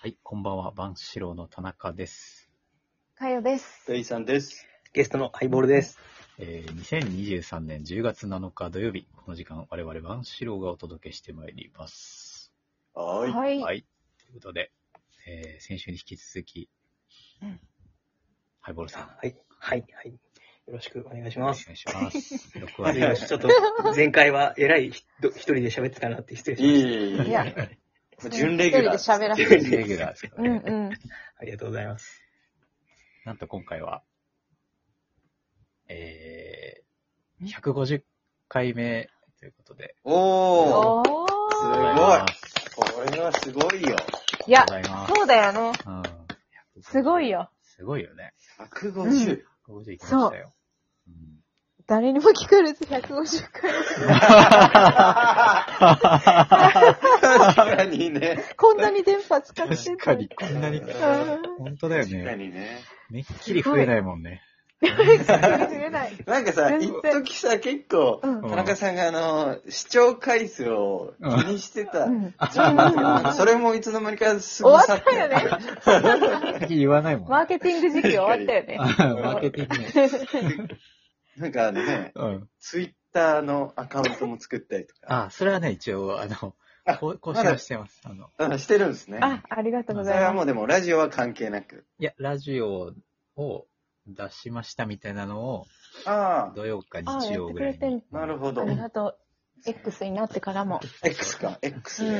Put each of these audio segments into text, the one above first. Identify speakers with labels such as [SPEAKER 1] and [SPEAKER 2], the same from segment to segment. [SPEAKER 1] はい、こんばんは、万志郎の田中です。
[SPEAKER 2] かよです。
[SPEAKER 3] デイさんです。
[SPEAKER 4] ゲストのハイボールです。
[SPEAKER 1] えー、2023年10月7日土曜日、この時間、我々万志郎がお届けしてまいります。
[SPEAKER 3] はい。
[SPEAKER 2] は。
[SPEAKER 1] はいい、ということで、えー、先週に引き続き、
[SPEAKER 2] うん
[SPEAKER 1] ハイボールさん、
[SPEAKER 4] はい。はい。はい。よろしくお願いし
[SPEAKER 1] お
[SPEAKER 4] ます。
[SPEAKER 1] 願いし ます。録
[SPEAKER 4] ま
[SPEAKER 1] 音
[SPEAKER 4] ず
[SPEAKER 1] し
[SPEAKER 4] よ
[SPEAKER 1] ま
[SPEAKER 4] し、
[SPEAKER 1] し
[SPEAKER 4] ち
[SPEAKER 1] た
[SPEAKER 4] ょっと、前回は偉いひど一人で喋ってたなって失礼し
[SPEAKER 3] い
[SPEAKER 4] まし
[SPEAKER 3] い
[SPEAKER 2] いや、
[SPEAKER 3] もう準レギュラー。
[SPEAKER 2] 一人で喋らせ
[SPEAKER 1] レギュラーですか
[SPEAKER 2] う
[SPEAKER 1] ら
[SPEAKER 2] ん
[SPEAKER 1] ね。
[SPEAKER 2] うん。
[SPEAKER 4] た。ありがとうございます。
[SPEAKER 1] なんと今回は、えー、150回目ということで、
[SPEAKER 3] おー。
[SPEAKER 2] おー。
[SPEAKER 3] すごい
[SPEAKER 1] ござます。
[SPEAKER 3] これはすごいよ。
[SPEAKER 2] いや
[SPEAKER 1] ご、ざいます。
[SPEAKER 2] そうだよね。
[SPEAKER 1] うん
[SPEAKER 2] すごい。よ。
[SPEAKER 1] すごいよね。
[SPEAKER 3] 150。
[SPEAKER 1] 150いきましたよ。うん
[SPEAKER 2] 誰にも聞かれず150回。
[SPEAKER 3] 確かにね。
[SPEAKER 2] こんなに電波使って
[SPEAKER 1] 確かに、こんなに来た。本当だよ
[SPEAKER 3] 確
[SPEAKER 1] ね。
[SPEAKER 3] かにね。
[SPEAKER 1] めっきり増えないもんね。
[SPEAKER 2] えない。
[SPEAKER 3] なんかさ、一
[SPEAKER 2] 全然
[SPEAKER 3] 時さ、結構、
[SPEAKER 2] うん
[SPEAKER 3] 田中さんがあの、視聴回数を気にしてた。
[SPEAKER 2] う
[SPEAKER 3] 時
[SPEAKER 2] ん。
[SPEAKER 3] 期なんですけどなん かそれもいつの間にか過
[SPEAKER 2] 終わ
[SPEAKER 3] ぎ
[SPEAKER 2] っ
[SPEAKER 3] 去ったて。
[SPEAKER 2] よね。
[SPEAKER 1] 言わないもん。
[SPEAKER 2] マ
[SPEAKER 1] マ
[SPEAKER 2] ーケティング時期終わった よね。
[SPEAKER 1] ーケティングね。
[SPEAKER 3] なんかね、
[SPEAKER 1] うん。
[SPEAKER 3] ツイッターのアカウントも作ったりとか。
[SPEAKER 1] あ、それはね、一応、あの
[SPEAKER 3] あ、
[SPEAKER 1] こう更新はしてます。あの、
[SPEAKER 3] うんしてるんですね。
[SPEAKER 2] あ、ありがとうご
[SPEAKER 3] そ
[SPEAKER 2] ざ
[SPEAKER 3] れはいも
[SPEAKER 2] ま
[SPEAKER 3] うでも、ラジオは関係なく。
[SPEAKER 1] いや、ラジオを出しましたみたいなのを、
[SPEAKER 3] あ
[SPEAKER 1] 土曜か日曜ぐらい
[SPEAKER 2] あやって
[SPEAKER 1] に
[SPEAKER 2] くれ。
[SPEAKER 3] あ、なるほ
[SPEAKER 2] す。
[SPEAKER 3] ど
[SPEAKER 2] あ。りがとう。X になってからも。
[SPEAKER 3] X か、X
[SPEAKER 2] うん
[SPEAKER 3] で。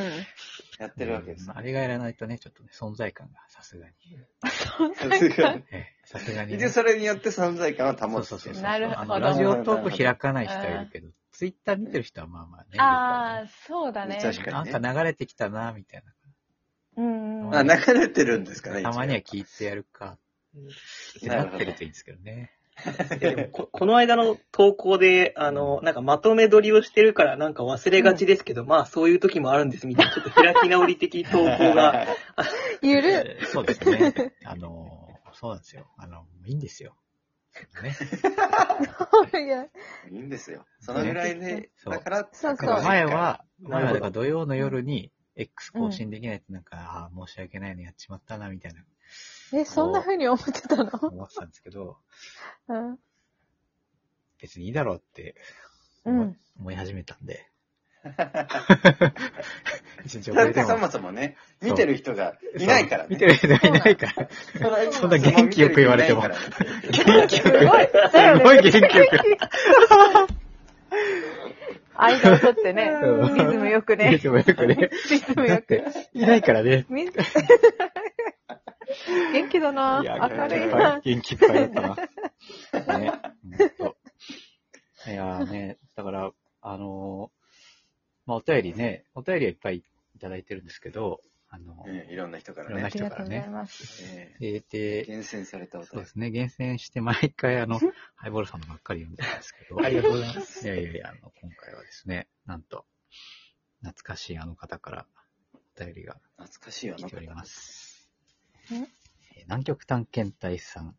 [SPEAKER 3] やってるわけです
[SPEAKER 1] ま
[SPEAKER 3] ね
[SPEAKER 1] あ。あれがやらないとね、ちょっとね、存在感がさすがに。
[SPEAKER 3] すごい
[SPEAKER 1] ええさすがにね。
[SPEAKER 3] で、それによって存在感は
[SPEAKER 1] そ
[SPEAKER 3] 保
[SPEAKER 1] う
[SPEAKER 3] つ
[SPEAKER 1] そう
[SPEAKER 3] って
[SPEAKER 1] そ
[SPEAKER 3] いうう
[SPEAKER 1] そう。
[SPEAKER 2] なるほど
[SPEAKER 1] あのラジオトーク開かない人はいるけど、ツイッター見てる人はまあまあね。
[SPEAKER 2] ああ、そうだね。
[SPEAKER 3] 確かに
[SPEAKER 1] な
[SPEAKER 3] ね。
[SPEAKER 1] んか流れてきたな、みたい
[SPEAKER 2] うん。
[SPEAKER 3] あ、流れてるんですかね。
[SPEAKER 1] な。たまには聞いてやるか。ってなってるといいんですけどね。
[SPEAKER 4] いやでもここの間の投稿で、あの、なんかまとめ撮りをしてるからなんか忘れがちですけど、まあそういう時もあるんですみたいな、ちょっと開き直り的投稿が。
[SPEAKER 2] ゆる。
[SPEAKER 1] えーそうですね。 あのー、そうなんですよ。あの、いいんですよ。ね。
[SPEAKER 2] いや
[SPEAKER 3] いいんですよ。そのぐらいで、
[SPEAKER 1] そう
[SPEAKER 3] だから、
[SPEAKER 2] そうそう
[SPEAKER 1] 前は、
[SPEAKER 4] な
[SPEAKER 1] 前は
[SPEAKER 4] るほど
[SPEAKER 1] だから土曜の夜に X 更新できないとなんか、ああ、申し訳ないのやっちまったな、みたいな
[SPEAKER 2] え、そんな風に思ってたの
[SPEAKER 1] 思ってたんですけど、
[SPEAKER 2] うん。
[SPEAKER 1] 別にいいだろうって
[SPEAKER 2] う
[SPEAKER 1] 思,、
[SPEAKER 2] ん。
[SPEAKER 1] 思い始めたん で。一日遅
[SPEAKER 3] だ
[SPEAKER 1] れ
[SPEAKER 3] ってて
[SPEAKER 1] も
[SPEAKER 3] そもそもね、
[SPEAKER 1] そう
[SPEAKER 3] 見てる人がいないからね。
[SPEAKER 1] 見てる人いないから。
[SPEAKER 2] そ
[SPEAKER 3] そ
[SPEAKER 2] んな
[SPEAKER 1] 元気よく言われても
[SPEAKER 3] そもそも見てる人いないからね
[SPEAKER 1] 元 気よく。すごい
[SPEAKER 2] すごい。だよね
[SPEAKER 1] 元気よく。
[SPEAKER 2] 間を取ってね
[SPEAKER 1] う、ん
[SPEAKER 2] リズムよく
[SPEAKER 1] い
[SPEAKER 2] ね。
[SPEAKER 1] つもよくね。
[SPEAKER 2] リズム
[SPEAKER 1] だ
[SPEAKER 2] よ
[SPEAKER 1] っ
[SPEAKER 2] く
[SPEAKER 1] て。、いないからね。
[SPEAKER 2] み元気だない
[SPEAKER 1] や、
[SPEAKER 2] 明
[SPEAKER 1] 元気
[SPEAKER 2] る
[SPEAKER 1] い
[SPEAKER 2] い
[SPEAKER 1] っぱ、。
[SPEAKER 2] ない
[SPEAKER 1] 元気いっぱいだったな。ね、ほんと。いやーね、だから、あのーまあ、お便りね、お便りはいっぱいいただいてるんですけど、あのー
[SPEAKER 3] うんいろんな人か
[SPEAKER 1] いろんな
[SPEAKER 3] ら
[SPEAKER 2] あ
[SPEAKER 3] ね。
[SPEAKER 2] りがとうございます。
[SPEAKER 3] え
[SPEAKER 1] えー
[SPEAKER 3] ー
[SPEAKER 1] で、
[SPEAKER 3] 厳選された
[SPEAKER 1] そう
[SPEAKER 3] 音
[SPEAKER 1] で。すね、厳選して毎回あの、ハイボールさんのばっかり読んでるんですけど、
[SPEAKER 4] ありがとうございます。
[SPEAKER 1] いやいやいや、あの、今回はですね、なんと、懐かしいあの方からお便りが
[SPEAKER 3] 懐かしいよ
[SPEAKER 1] 来
[SPEAKER 3] な
[SPEAKER 1] てお。ります。
[SPEAKER 2] ん
[SPEAKER 1] えー南極探検隊さん。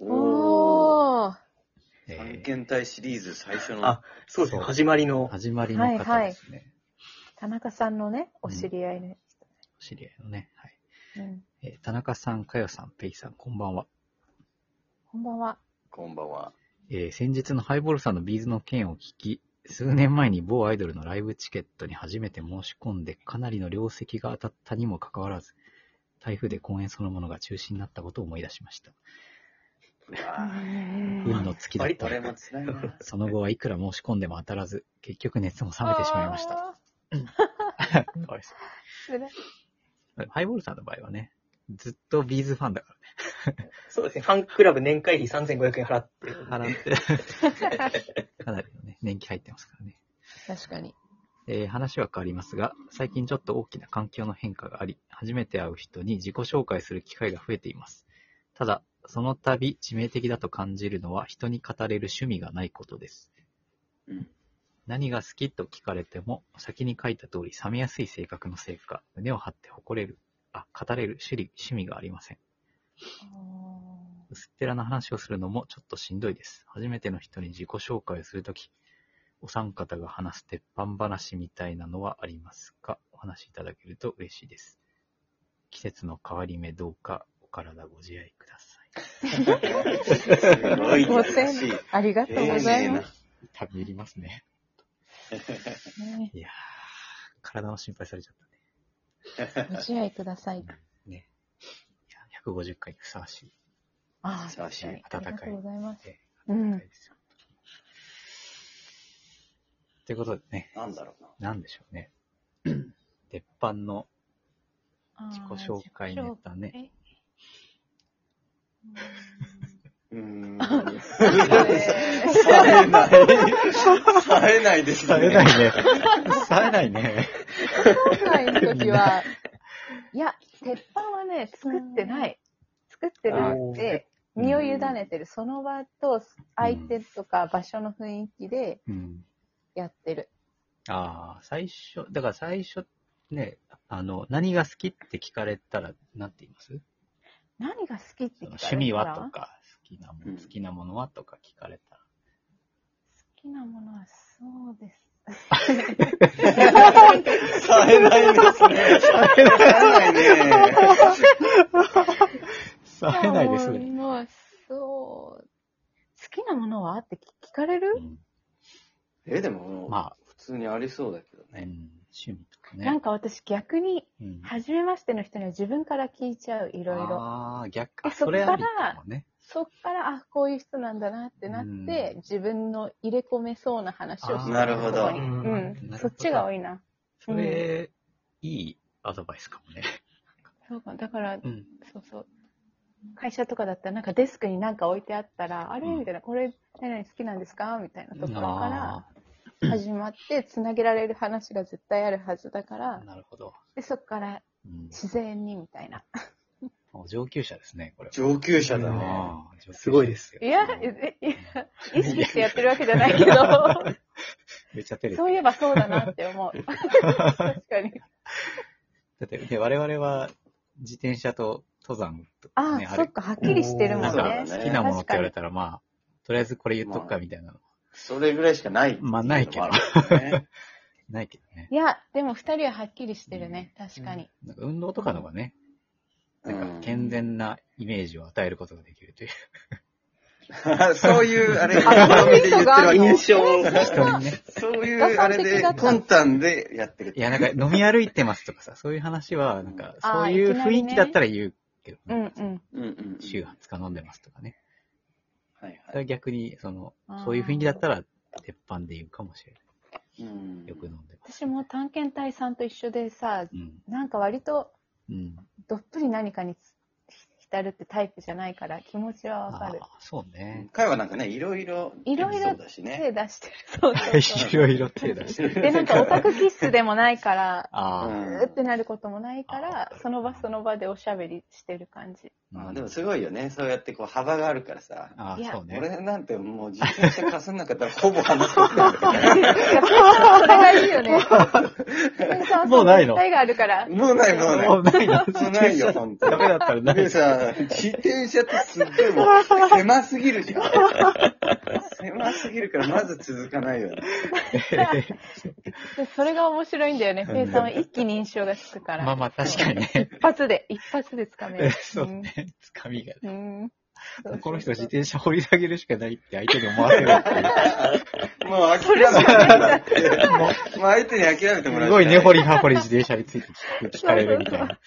[SPEAKER 3] お
[SPEAKER 2] お
[SPEAKER 3] ー。
[SPEAKER 2] ー。
[SPEAKER 1] えー
[SPEAKER 3] 探検隊シリーズ最初の。
[SPEAKER 4] あ、 そうですね、始まりの。
[SPEAKER 1] 始まりの方ですね。
[SPEAKER 2] 田中さんのね、お知り合いの
[SPEAKER 1] お知り合いのね。はい。
[SPEAKER 2] 人。うん。
[SPEAKER 1] えー田中さん、かよさん、ペイさん、こんばんは。
[SPEAKER 2] こんばんは。
[SPEAKER 3] こんばんは。
[SPEAKER 1] えー先日のハイボールさんのビーズの件を聞き、数年前に某アイドルのライブチケットに初めて申し込んで、かなりの量席が当たったにもかかわらず、台風で公演そのものが中止になったことを思い出しました。
[SPEAKER 3] うわー
[SPEAKER 1] 運の月だった
[SPEAKER 3] これも辛いな。
[SPEAKER 1] その後はいくら申し込んでも当たらず、結局熱も冷めてしまいました。
[SPEAKER 2] あ
[SPEAKER 1] かわいそ
[SPEAKER 2] ー。でね
[SPEAKER 1] うハイボールさんの場合はね、ずっとビーズファンだからね。
[SPEAKER 4] そうですね、ファンクラブ年会費3500円払って。
[SPEAKER 1] 払って。かなりのね、年季入ってますからね。
[SPEAKER 2] 確かに。
[SPEAKER 1] えー話は変わりますが、最近ちょっと大きな環境の変化があり、初めて会う人に自己紹介する機会が増えています。ただ、その度致命的だと感じるのは人に語れる趣味がないことです。
[SPEAKER 3] うん
[SPEAKER 1] 何が好きと聞かれても、先に書いた通り冷めやすい性格のせいか、胸を張って誇れる、あ、語れる趣里趣味がありません。薄っぺらな話をするのもちょっとしんどいです。初めての人に自己紹介をするとき、お三方が話す鉄板話みたいなのはありますかお話しいただけると嬉しいです。季節の変わり目どうかお体ご自愛ください。
[SPEAKER 3] すごい
[SPEAKER 2] ご
[SPEAKER 3] 優
[SPEAKER 2] 丁
[SPEAKER 3] しい
[SPEAKER 2] 寧。ありがとうございます。
[SPEAKER 1] たびりますね。
[SPEAKER 2] ね
[SPEAKER 1] いやー、体の心配されちゃったね。
[SPEAKER 2] ご自愛くださ
[SPEAKER 1] ね。
[SPEAKER 2] い。
[SPEAKER 1] いや、150回にふさわしい。
[SPEAKER 2] ああ、
[SPEAKER 3] 優しい
[SPEAKER 2] 確かにありがとうございます。
[SPEAKER 1] え
[SPEAKER 2] う
[SPEAKER 1] え
[SPEAKER 2] ん
[SPEAKER 1] 高い。ですよ。ということでね、
[SPEAKER 3] なんだろうな。
[SPEAKER 1] なんでしょう ね。鉄板の
[SPEAKER 2] 自
[SPEAKER 1] 自己紹介ネタね。
[SPEAKER 2] え
[SPEAKER 3] う ーん。
[SPEAKER 2] え
[SPEAKER 3] 冴えない。冴えな いです
[SPEAKER 1] 冴え
[SPEAKER 3] ね。
[SPEAKER 1] ないね。冴えないね。
[SPEAKER 2] ー、ない時は、 いや、鉄板はね、作ってない。作ってなくて、
[SPEAKER 1] うん
[SPEAKER 2] 身を委ねてる。その場と相手とか場所の雰囲気で
[SPEAKER 1] うん。
[SPEAKER 2] やってる。
[SPEAKER 1] ああ、最初、だから最初、ね、あの、何が好きって聞かれたら、なんて言います
[SPEAKER 2] 何が好きって聞
[SPEAKER 1] そ
[SPEAKER 2] かれ
[SPEAKER 1] の
[SPEAKER 2] た
[SPEAKER 1] 趣味
[SPEAKER 2] ら
[SPEAKER 1] はとか、好きなも
[SPEAKER 3] う
[SPEAKER 1] の、
[SPEAKER 3] ん
[SPEAKER 1] 好きなものはとか聞かれたら。
[SPEAKER 2] 好きなものはそうです。
[SPEAKER 3] 冴えないですね。冴えないね。
[SPEAKER 1] 冴えないです
[SPEAKER 2] 好き
[SPEAKER 1] ね。
[SPEAKER 2] なものはそう。好きなものはって聞聞かれる、
[SPEAKER 1] うん
[SPEAKER 3] え、でも、
[SPEAKER 1] ま
[SPEAKER 3] 普通にありそうだけど
[SPEAKER 1] あ、うん
[SPEAKER 3] ね。
[SPEAKER 1] 趣味とかね。
[SPEAKER 2] なんか私逆に、
[SPEAKER 1] うん、
[SPEAKER 2] 初めましての人には自分から聞いちゃう、いろいろ。
[SPEAKER 1] ああ、逆か。
[SPEAKER 2] でそ
[SPEAKER 1] そ
[SPEAKER 2] っ
[SPEAKER 1] れ
[SPEAKER 2] から
[SPEAKER 1] ありかもね。
[SPEAKER 2] そっから、あ、こういう人なんだなってなって、自分の入れ込めそうな話を
[SPEAKER 1] あ
[SPEAKER 2] し
[SPEAKER 1] ー
[SPEAKER 2] て
[SPEAKER 3] なるほど
[SPEAKER 2] う
[SPEAKER 1] うん
[SPEAKER 2] ん。そっちが多いな。
[SPEAKER 1] それ、いいアドバイスかもね。
[SPEAKER 2] そうか。だから、
[SPEAKER 1] うん。
[SPEAKER 2] そうそう。会社とかだったら、なんかデスクになんか置いてあったら、あれ
[SPEAKER 1] うん
[SPEAKER 2] みたいな、これ、何々好きなんですかみたいなところか
[SPEAKER 1] あ
[SPEAKER 2] ら始まって、つなげられる話が絶対あるはずだか
[SPEAKER 1] あ
[SPEAKER 2] ら
[SPEAKER 1] ー、、なるほど。
[SPEAKER 2] で、そっから
[SPEAKER 1] うん、
[SPEAKER 2] 自然にみたいな。
[SPEAKER 1] お上級者ですね、これは。
[SPEAKER 3] 上級者だね。
[SPEAKER 1] あー
[SPEAKER 4] すごいです
[SPEAKER 1] 上級
[SPEAKER 2] いや
[SPEAKER 1] 者、ですよ
[SPEAKER 2] えいや、意識してやってるわけじゃないけど、
[SPEAKER 1] めっちゃ照れて
[SPEAKER 2] そういえばそうだなって思う。確かに。
[SPEAKER 1] だって、ね、我々は自転車と登山と
[SPEAKER 2] ああ、
[SPEAKER 1] ね、
[SPEAKER 2] そっか、はっきりしてるも
[SPEAKER 1] なん
[SPEAKER 2] ん
[SPEAKER 3] そう
[SPEAKER 1] か
[SPEAKER 3] だ
[SPEAKER 2] ね。
[SPEAKER 3] ね
[SPEAKER 1] 好きなものって言われたら、まあ、とりあえずこれ言っとくかみたいなの、
[SPEAKER 3] それぐらいしかない。
[SPEAKER 1] まあないけど
[SPEAKER 3] ね。
[SPEAKER 1] ないけどね。
[SPEAKER 2] いや、でも二人ははっきりしてるね。確かに。
[SPEAKER 1] なんか運動とかの方がね、なんか健全なイメージを与えることができるという。
[SPEAKER 3] そういう、あれ、
[SPEAKER 2] あそういう意図
[SPEAKER 3] 言ってる
[SPEAKER 2] がある
[SPEAKER 3] わけ
[SPEAKER 2] の
[SPEAKER 4] 印象を
[SPEAKER 1] 人に ね。
[SPEAKER 3] そういう、あれで、魂胆でやってる
[SPEAKER 1] い。や、なんか飲み歩いてますとかさ、そういう話は、なんか、
[SPEAKER 2] あー
[SPEAKER 1] そういう
[SPEAKER 2] いきな
[SPEAKER 1] 雰
[SPEAKER 2] り
[SPEAKER 1] 囲
[SPEAKER 2] ね
[SPEAKER 1] 気だったら言うけど、
[SPEAKER 2] うんうん。
[SPEAKER 3] うんうん。
[SPEAKER 1] 週20日飲んでますとかね。
[SPEAKER 3] はい
[SPEAKER 1] だか
[SPEAKER 3] は
[SPEAKER 1] ら
[SPEAKER 3] い。
[SPEAKER 1] 逆に、その
[SPEAKER 2] あ、ー
[SPEAKER 1] そういう雰囲気だったら、鉄板で言うかもしれない。
[SPEAKER 3] うん
[SPEAKER 1] よく飲んでます。
[SPEAKER 2] 私も探検隊さんと一緒でさ、
[SPEAKER 1] うん。
[SPEAKER 2] なんか割と
[SPEAKER 1] うん。
[SPEAKER 2] どっぷり何かに浸るってタイプじゃないから気持ちはわかる
[SPEAKER 1] あ。あ、そうね。
[SPEAKER 3] 会話なんかね、いろいろ、
[SPEAKER 2] いろいろ
[SPEAKER 3] そうだしね。
[SPEAKER 2] 手出してる。そ うそうそ
[SPEAKER 1] いろいろ手出してる。
[SPEAKER 2] う。で、なんかオタク気質でもないから、
[SPEAKER 1] ああ、
[SPEAKER 3] うん
[SPEAKER 2] うーってなることもないか
[SPEAKER 1] あ
[SPEAKER 2] ら
[SPEAKER 1] ー、
[SPEAKER 2] その場その場でおしゃべりしてる 感じ。
[SPEAKER 3] まあでもすごいよね。そうやってこう幅があるからさ。
[SPEAKER 1] あ
[SPEAKER 2] い
[SPEAKER 1] あ、
[SPEAKER 2] や
[SPEAKER 1] そうね。
[SPEAKER 3] 俺なんてもう自転車貸さなかったら ほぼ話すことないから
[SPEAKER 2] いやそれがいい よね。
[SPEAKER 1] もうないの
[SPEAKER 2] 絶対があるから。
[SPEAKER 3] もうないもうない。も
[SPEAKER 1] もうないな。
[SPEAKER 3] うない よ、ほんと
[SPEAKER 1] ダメ
[SPEAKER 3] に。
[SPEAKER 1] だったらな
[SPEAKER 3] で
[SPEAKER 1] い。
[SPEAKER 3] さ、自転車ってすっごいもう狭すぎるじゃん。狭すぎるからまず続かないよね。
[SPEAKER 2] でそれが面白いん だよね。
[SPEAKER 1] うん
[SPEAKER 2] ペイさんは一気に印象がつくから。
[SPEAKER 1] まあまあ、確かにね。。
[SPEAKER 2] 一発で、一発でつかめる
[SPEAKER 1] そうね。つかみが。
[SPEAKER 2] うん。うん
[SPEAKER 1] この人自転車掘り下げるしかないって相手に思わせるっていう。
[SPEAKER 3] もう諦めてもらって。もう相手に諦めてもら
[SPEAKER 1] す
[SPEAKER 3] う。
[SPEAKER 1] ごい根掘
[SPEAKER 3] り。
[SPEAKER 1] り葉掘り自転車について聞く聞かれるみたい な。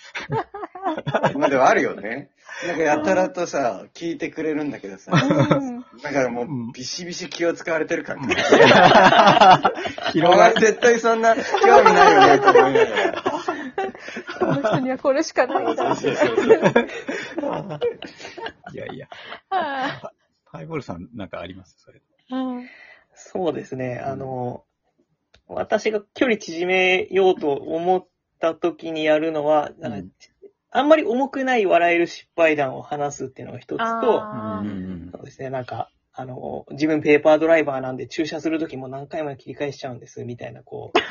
[SPEAKER 3] まあでもあるよね。なんかやたらとさ、聞いてくれるんだけどさ。
[SPEAKER 2] うん
[SPEAKER 3] だからもうビシビシ気を使われてる感じ。お
[SPEAKER 1] 広が
[SPEAKER 3] 前
[SPEAKER 1] る。
[SPEAKER 3] 絶対そんな興味ないよね、と思いながら。
[SPEAKER 2] この人にはこれしかないんだ。 はい
[SPEAKER 1] やいや。ハイボールさんなんかありますそれ。
[SPEAKER 2] い
[SPEAKER 4] そうですね。あの、私が距離縮めようと思った時にやるのは、なんか
[SPEAKER 1] うん
[SPEAKER 4] あんまり重くない笑える失敗談を話すっていうのが一つと、
[SPEAKER 2] あー
[SPEAKER 4] そうですね、なんか、あの、自分ペーパードライバーなんで駐車する時も何回も切り返しちゃうんです、みたいな、こう。
[SPEAKER 3] ソ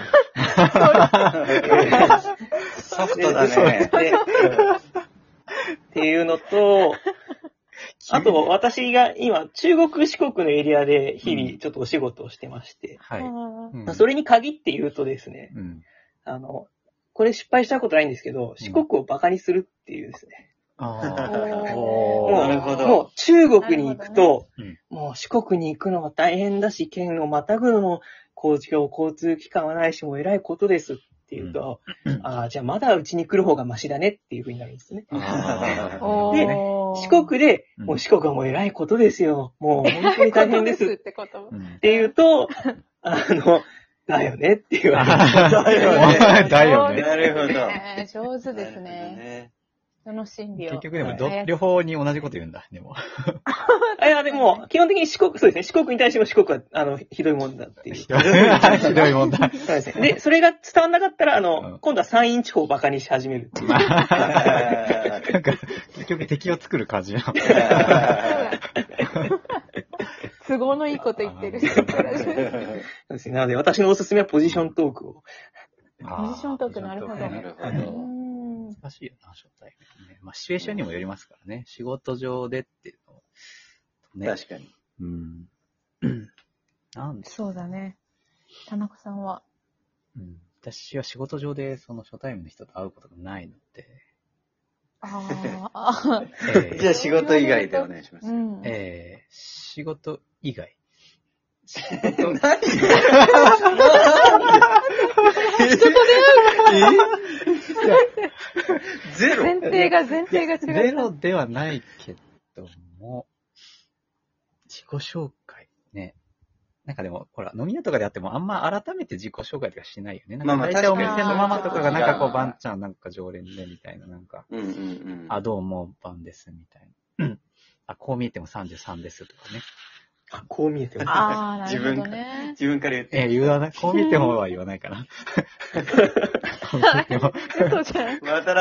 [SPEAKER 3] フトだ ね。
[SPEAKER 4] でっていうのと、あと、私が今、中国四国のエリアで日々ちょっとお仕事をしてまして、
[SPEAKER 1] はい。
[SPEAKER 2] あー
[SPEAKER 1] うん
[SPEAKER 4] まあそれに限って言うとですね、
[SPEAKER 1] うん。
[SPEAKER 4] あの、これ失敗したことないんですけど、四国をバカにするっていうですね。
[SPEAKER 1] あ
[SPEAKER 2] お
[SPEAKER 4] もう
[SPEAKER 3] なるほど
[SPEAKER 4] もう中国に行くと、
[SPEAKER 1] なる
[SPEAKER 4] もう四国に行くのは大変だし、県をまたぐのも公共交通機関はないし、もう偉いことですっていうと、
[SPEAKER 1] うん
[SPEAKER 4] ああ、じゃあまだうちに来る方がマシだねっていうふうになるんですね。
[SPEAKER 1] あ。あ
[SPEAKER 2] お
[SPEAKER 1] あ
[SPEAKER 4] で
[SPEAKER 2] ー
[SPEAKER 4] 四国で、
[SPEAKER 1] うん
[SPEAKER 4] もう四国はもう偉いことですよ。もう本当に大変ですっ
[SPEAKER 2] ってこと
[SPEAKER 1] うん
[SPEAKER 4] ていうと、あの、だよねって言われる。
[SPEAKER 3] だよ
[SPEAKER 1] だよ
[SPEAKER 3] ね。
[SPEAKER 1] ね。
[SPEAKER 3] なるほど。
[SPEAKER 2] ね上手ですね。
[SPEAKER 3] ね。
[SPEAKER 2] その心理を。
[SPEAKER 1] 結局でも
[SPEAKER 2] は
[SPEAKER 1] ど、
[SPEAKER 2] い
[SPEAKER 1] 両方に同じこと言うんだ、でも。
[SPEAKER 4] あいや、でも、基本的に四国、そうですね、四国に対しても四国は、あの、ひどいもんだっていう。
[SPEAKER 1] ひどいもんだ。
[SPEAKER 4] そうですね。で、それが伝わんなかったら、あの、
[SPEAKER 1] うん
[SPEAKER 4] 今度は山陰地方をバカにし始めるっていう。
[SPEAKER 1] なんか、結局敵を作る感じなの。
[SPEAKER 2] 都合のいいこと言ってる。ポジシ
[SPEAKER 4] そうですね。なので、私のおすすめはポジショントークを。
[SPEAKER 2] ョントーク、なるほど。
[SPEAKER 1] ポジショントーク
[SPEAKER 3] な
[SPEAKER 1] ね
[SPEAKER 2] う
[SPEAKER 3] るほ
[SPEAKER 2] ん。
[SPEAKER 3] ど。
[SPEAKER 1] 難しいよな、初対面ね。まあ、シチュエーションにもよりますからね。仕事上でっていうのもね。
[SPEAKER 3] 確かに。
[SPEAKER 1] うん。なんで、
[SPEAKER 2] そうだね。田中さんは。
[SPEAKER 1] うん、私は仕事上でその初対面の人と会うことがないので。
[SPEAKER 2] あ あ。
[SPEAKER 1] え
[SPEAKER 3] じ
[SPEAKER 1] ー
[SPEAKER 3] ゃあ仕事以外でお願いします
[SPEAKER 2] う。ん。
[SPEAKER 1] えー仕事以外。仕事
[SPEAKER 3] 何 ゼロ
[SPEAKER 2] 前提が、前提が違う。
[SPEAKER 1] ゼロではないけども、自己紹介ね。なんかでも、ほら、飲み屋とかであっても、あんま改めて自己紹介とかしないよね。なん
[SPEAKER 3] まあ
[SPEAKER 1] か
[SPEAKER 3] まあ
[SPEAKER 1] 大体お
[SPEAKER 3] 確
[SPEAKER 1] 店
[SPEAKER 2] かに
[SPEAKER 1] のママとかが、なんかこ
[SPEAKER 3] あ
[SPEAKER 1] う、
[SPEAKER 3] ー
[SPEAKER 1] ばんちゃんなんか常連でみたいな、なんか、
[SPEAKER 3] うんうんうん。
[SPEAKER 1] あ、どうも、ばんです、みたいな。うんあ、こう見えても33ですとか ね。
[SPEAKER 4] あ、こう見えてます。
[SPEAKER 2] ああ、なるほどね。
[SPEAKER 3] 自分から言って。
[SPEAKER 1] えー、言 わない、こう見えてもは言わないかな。こう見えても
[SPEAKER 2] そうじゃん。
[SPEAKER 3] また